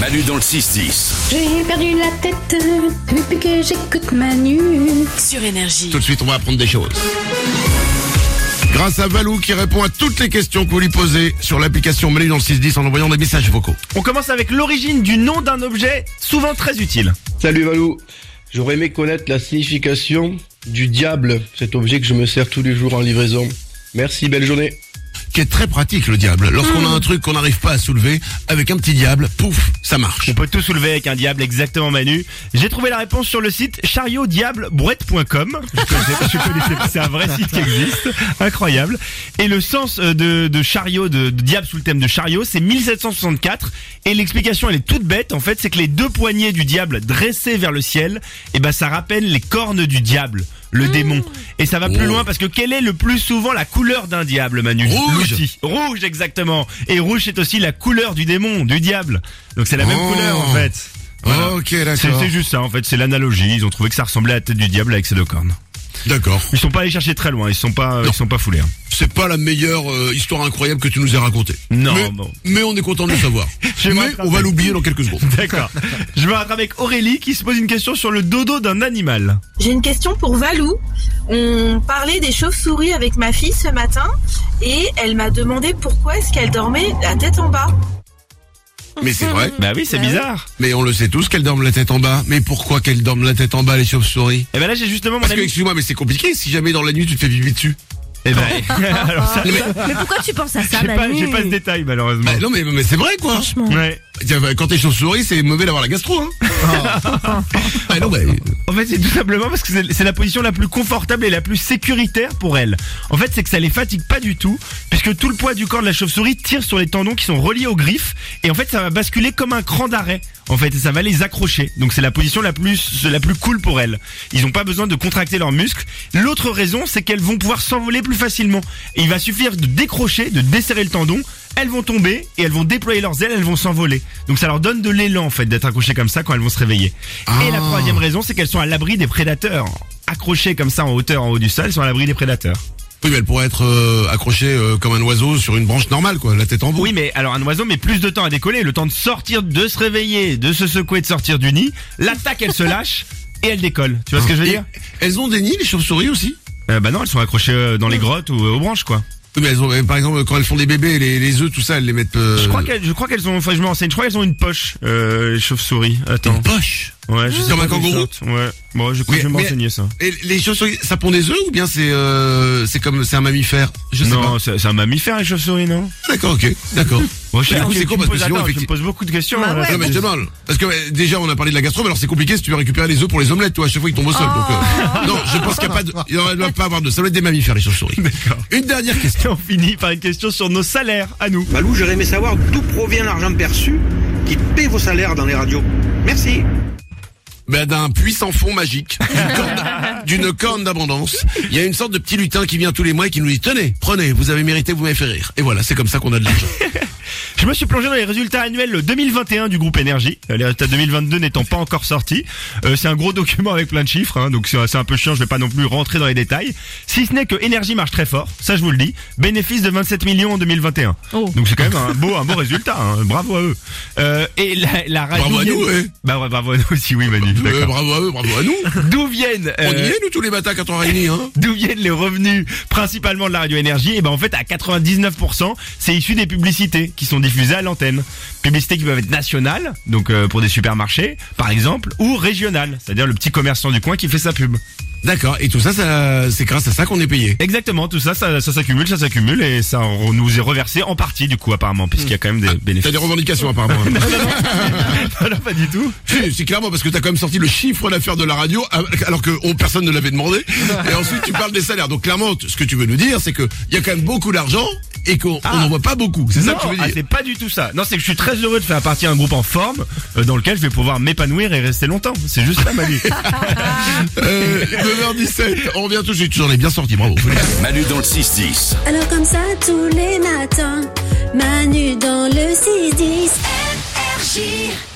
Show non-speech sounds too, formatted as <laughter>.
Manu dans le 6-10. J'ai perdu la tête depuis que j'écoute Manu. Sur Énergie. Tout de suite, on va apprendre des choses. Grâce à Valou qui répond à toutes les questions que vous lui posez sur l'application Manu dans le 610 en envoyant des messages vocaux. On commence avec l'origine du nom d'un objet souvent très utile. Salut Valou, j'aurais aimé connaître la signification du diable, cet objet que je me sers tous les jours en livraison. Merci, belle journée. Qui est très pratique le diable. Lorsqu'on Hmm. a un truc qu'on n'arrive pas à soulever, avec un petit diable, pouf, ça marche. On peut tout soulever avec un diable, exactement Manu. J'ai trouvé la réponse sur le site chariotdiablebrouette.com. Je connaissais pas, je connaissais pas, C'est un vrai site qui existe. Incroyable. Et le sens euh, de, de chariot, de, de diable sous le thème de chariot, c'est 1764. Et l'explication, elle est toute bête. En fait, c'est que les deux poignées du diable dressées vers le ciel, et ben, ça rappelle les cornes du diable. Le démon. Et ça va plus Oh. loin parce que quelle est le plus souvent la couleur d'un diable, Manu Rouge. L'outil. Rouge, exactement. Et rouge, c'est aussi la couleur du démon, du diable. Donc c'est la même Oh. couleur, en fait. Voilà. Ok, C'est d'accord. c'est juste ça, en fait. C'est l'analogie. Ils ont trouvé que ça ressemblait à la tête du diable avec ses deux cornes. D'accord. Ils sont pas allés chercher très loin. Ils sont pas, ils sont pas <laughs> foulés. hein. C'est pas la meilleure euh, histoire incroyable que tu nous as racontée. Non, mais, bon. mais on est content de le savoir. <laughs> Je vais me mais rattraper. on va l'oublier dans quelques secondes. D'accord. Je me rattrape avec Aurélie qui se pose une question sur le dodo d'un animal. J'ai une question pour Valou. On parlait des chauves-souris avec ma fille ce matin et elle m'a demandé pourquoi est-ce qu'elle dormait la tête en bas. Mais c'est vrai. Bah oui, c'est Bah oui. bizarre. Mais on le sait tous qu'elles dorment la tête en bas. Mais pourquoi qu'elles dorment la tête en bas les chauves-souris Et ben là, j'ai justement mon Parce que ami. excuse-moi, mais c'est compliqué. Si jamais dans la nuit tu te fais bibi dessus. Eh ben, <laughs> alors ça, Mais pourquoi tu penses à ça, j'ai pas, Manu j'ai pas ce détail malheureusement. Bah, non mais, mais c'est vrai quoi. Franchement. Ouais. Tiens, bah, Quand t'es chauve-souris, c'est mauvais d'avoir la gastro. <laughs> Hein. Ah non, bah, En fait, c'est tout simplement parce que c'est- c'est la position la plus confortable et la plus sécuritaire pour elle. En fait, c'est que ça les fatigue pas du tout, puisque tout le poids du corps de la chauve-souris tire sur les tendons qui sont reliés aux griffes, et en fait, ça va basculer comme un cran d'arrêt. En fait, et ça va les accrocher. Donc, c'est la position la plus, la plus cool pour elles. Ils n'ont pas besoin de contracter leurs muscles. L'autre raison, c'est qu'elles vont pouvoir s'envoler plus facilement. Et il va suffire de décrocher, de desserrer le tendon. Elles vont tomber et elles vont déployer leurs ailes, elles vont s'envoler. Donc ça leur donne de l'élan en fait d'être accrochées comme ça quand elles vont se réveiller. Et la Ah. troisième raison, c'est qu'elles sont à l'abri des prédateurs. Accrochées comme ça en hauteur, en haut du sol, elles sont à l'abri des prédateurs. Oui, mais elle pourrait être euh, accrochée euh, comme un oiseau sur une branche normale, quoi, la tête en bas. Oui, mais alors un oiseau met plus de temps à décoller, le temps de sortir, de se réveiller, de se secouer, de sortir du nid. L'attaque, elle se lâche et elle décolle. Tu vois ce que je veux Et dire Elles ont des nids, les chauves-souris aussi. Euh, Bah non, elles sont accrochées euh, dans les grottes ou euh, aux branches, quoi. Oui, mais elles ont, euh, par exemple, quand elles font des bébés, les, les œufs, tout ça, elles les mettent. euh, Je crois qu'elles, je crois qu'elles ont, enfin, je me renseigne, je crois qu'elles ont une poche, euh, les chauves-souris. Attends. une poche. Ouais, je sais Mmh. Comme pas un d'où ils kangourou. sortent. Ouais. Bon, je crois que je vais Mais- me mais- renseigner ça. Et les chauves-souris, ça pond des œufs ou bien c'est euh, c'est comme c'est un mammifère Je sais pas. Non, c'est c'est un mammifère, les chauves-souris, non? D'accord, ok, <laughs> d'accord. Bon, du coup, tu- c'est con tu me parce que poses- sinon, attends, tu me effecti- poses beaucoup de questions. Bah hein, ouais. là. Non mais je te demande parce que euh, déjà on a parlé de la gastro mais alors c'est compliqué si tu veux récupérer les œufs pour les omelettes toi à chaque fois ils tombent au sol donc Oh. euh, non je pense qu'il n'y a pas de il ne doit pas avoir de ça doit être des mammifères les chauves-souris une dernière question Et on finit par une question sur nos salaires à nous. Malou, j'aurais aimé savoir d'où provient l'argent perçu qui paie vos salaires dans les radios. Merci. ben, d'un puissant fond magique, d'une corne- d'une corne d'abondance. Il y a une sorte de petit lutin qui vient tous les mois et qui nous dit tenez, prenez, vous avez mérité, vous m'avez fait rire. Et voilà, c'est comme ça qu'on a de l'argent. Je me suis plongé dans les résultats annuels 2021 du groupe Énergie. Euh, Les résultats 2022 n'étant pas encore sortis. Euh, c'est un gros document avec plein de chiffres, hein, donc c'est c'est un peu chiant, je vais pas non plus rentrer dans les détails. Si ce n'est que Énergie marche très fort, ça je vous le dis. Bénéfice de 27 millions en 2021. Oh. Donc c'est quand même un beau, un beau résultat, hein. bravo à eux. Euh, et la, la radio... Bravo à nous, vient- ouais. Bah ouais, bravo à nous aussi, oui Manu. Euh, d'accord. bravo à eux, bravo à nous. D'où viennent... On y euh, est, nous, tous les matins, quand on réunit, hein. D'où viennent les revenus principalement de la radio énergie Et ben en fait à 99% c'est issu des publicités qui sont diffusées à l'antenne. Publicités qui peuvent être nationales, donc euh, pour des supermarchés par exemple, ou régionales, c'est-à-dire le petit commerçant du coin qui fait sa pub. D'accord. Et tout ça, ça c'est grâce à ça qu'on est payé. Exactement, tout ça ça, ça s'accumule, ça s'accumule et ça on nous est reversé en partie du coup apparemment puisqu'il y a quand même des T'as bénéfices. des revendications, apparemment. <laughs> Non, non, pas du tout. Si, c'est clairement parce que t'as quand même sorti le chiffre d'affaires de la radio, alors que oh, personne ne l'avait demandé. <laughs> Et ensuite, tu parles des salaires. Donc, clairement, ce que tu veux nous dire, c'est que il y a quand même beaucoup d'argent et qu'on Ah. on n'en voit pas beaucoup. C'est ça Non, que tu veux ah, dire. c'est pas du tout ça. Non, c'est que je suis très heureux de faire partie d'un groupe en forme euh, dans lequel je vais pouvoir m'épanouir et rester longtemps. C'est juste ça ma vie. Euh, 9h17, on revient tout de suite. Tu en es bien sorti, bravo. Manu dans le 6-10. Alors comme ça tous les matins, Manu dans le 6-10.